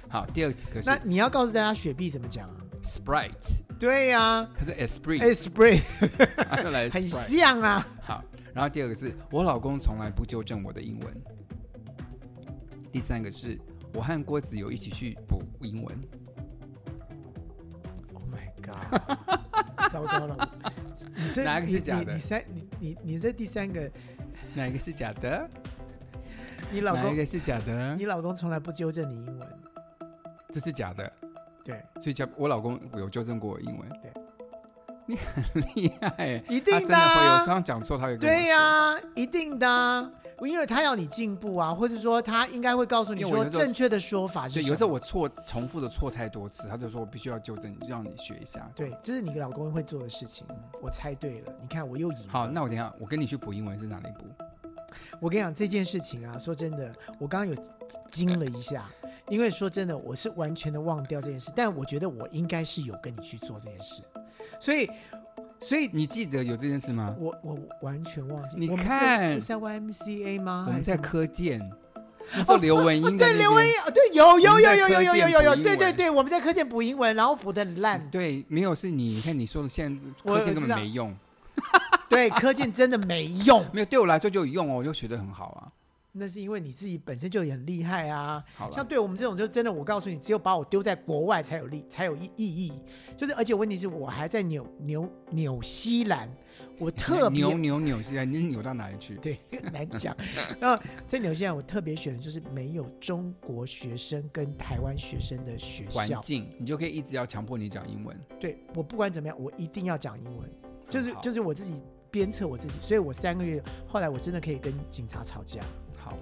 好，第二个是那你要告诉大家雪碧怎么讲啊？ Sprite，对啊他是 Esprit， ，Esprit 他就来 Sprite，很像啊。好，然后第二个是我老公从来不纠正我的英文。第三个是我和郭子友一起去补英文， Oh my god！糟糕了，你这哪个是假你的你你三你你你这第三个，哪一个是假的？你老哪一公个是假的你？老公从来不纠正你英文，这是假的，对，所以叫我老公有纠正过我英文。对，你很厉害，一定的啊他真的会有时候讲错，他会跟我说对呀、一定的啊，因为他要你进步啊，或者说他应该会告诉你因为我说有时候正确的说法是对，什有么时候我错重复的错太多次，他就说我必须要纠正你，让你学一下。对，这是你老公会做的事情，我猜对了，你看我又赢了。好，那我等一下我跟你去补英文是哪里补？我跟你讲这件事情啊，说真的，我刚刚有惊了一下，因为说真的，我是完全的忘掉这件事，但我觉得我应该是有跟你去做这件事，所以，所以你记得有这件事吗？我我完全忘记，你我们是看是在 YMCA 吗？还我们啊是在什么 科建，那时候刘文哦英在 对那刘文边英，哦对有有我们有在有有有科有建有有，补英对对文对，我们在科建补英文，然后补的很烂， 对，没有是你，你看你说的现在我课件根知道本没用，对科建真的没用，没有对我来说就有用哦，我就学得很好啊。那是因为你自己本身就很厉害啊好。了像对我们这种，就真的，我告诉你，只有把我丢在国外才有利，才有意意义。就是，而且问题是我还在纽纽纽西兰，我特别扭扭扭，现在你扭到哪里去？ 对，很难 讲。然后在纽西兰，我特别选的就是没有中国学生跟台湾学生的学环校。境，你就可以一直要强迫你讲英文。对我不管怎么样，我一定要讲英文，就是很嗯好就是我自己鞭策我自己，所以我三个月后来我真的可以跟警察吵架。好，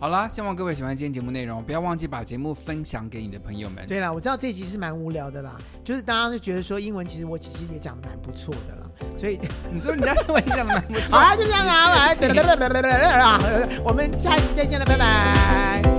好啦，希望各位喜欢今天节目内容，不要忘记把节目分享给你的朋友们。对啦，我知道这一集是蛮无聊的啦，就是大家就觉得说英文其实我其实也讲的蛮不错的啦，所以你说你在英文讲的蛮不错好。啦，就这样啦，来，我们下一集再见了，拜拜。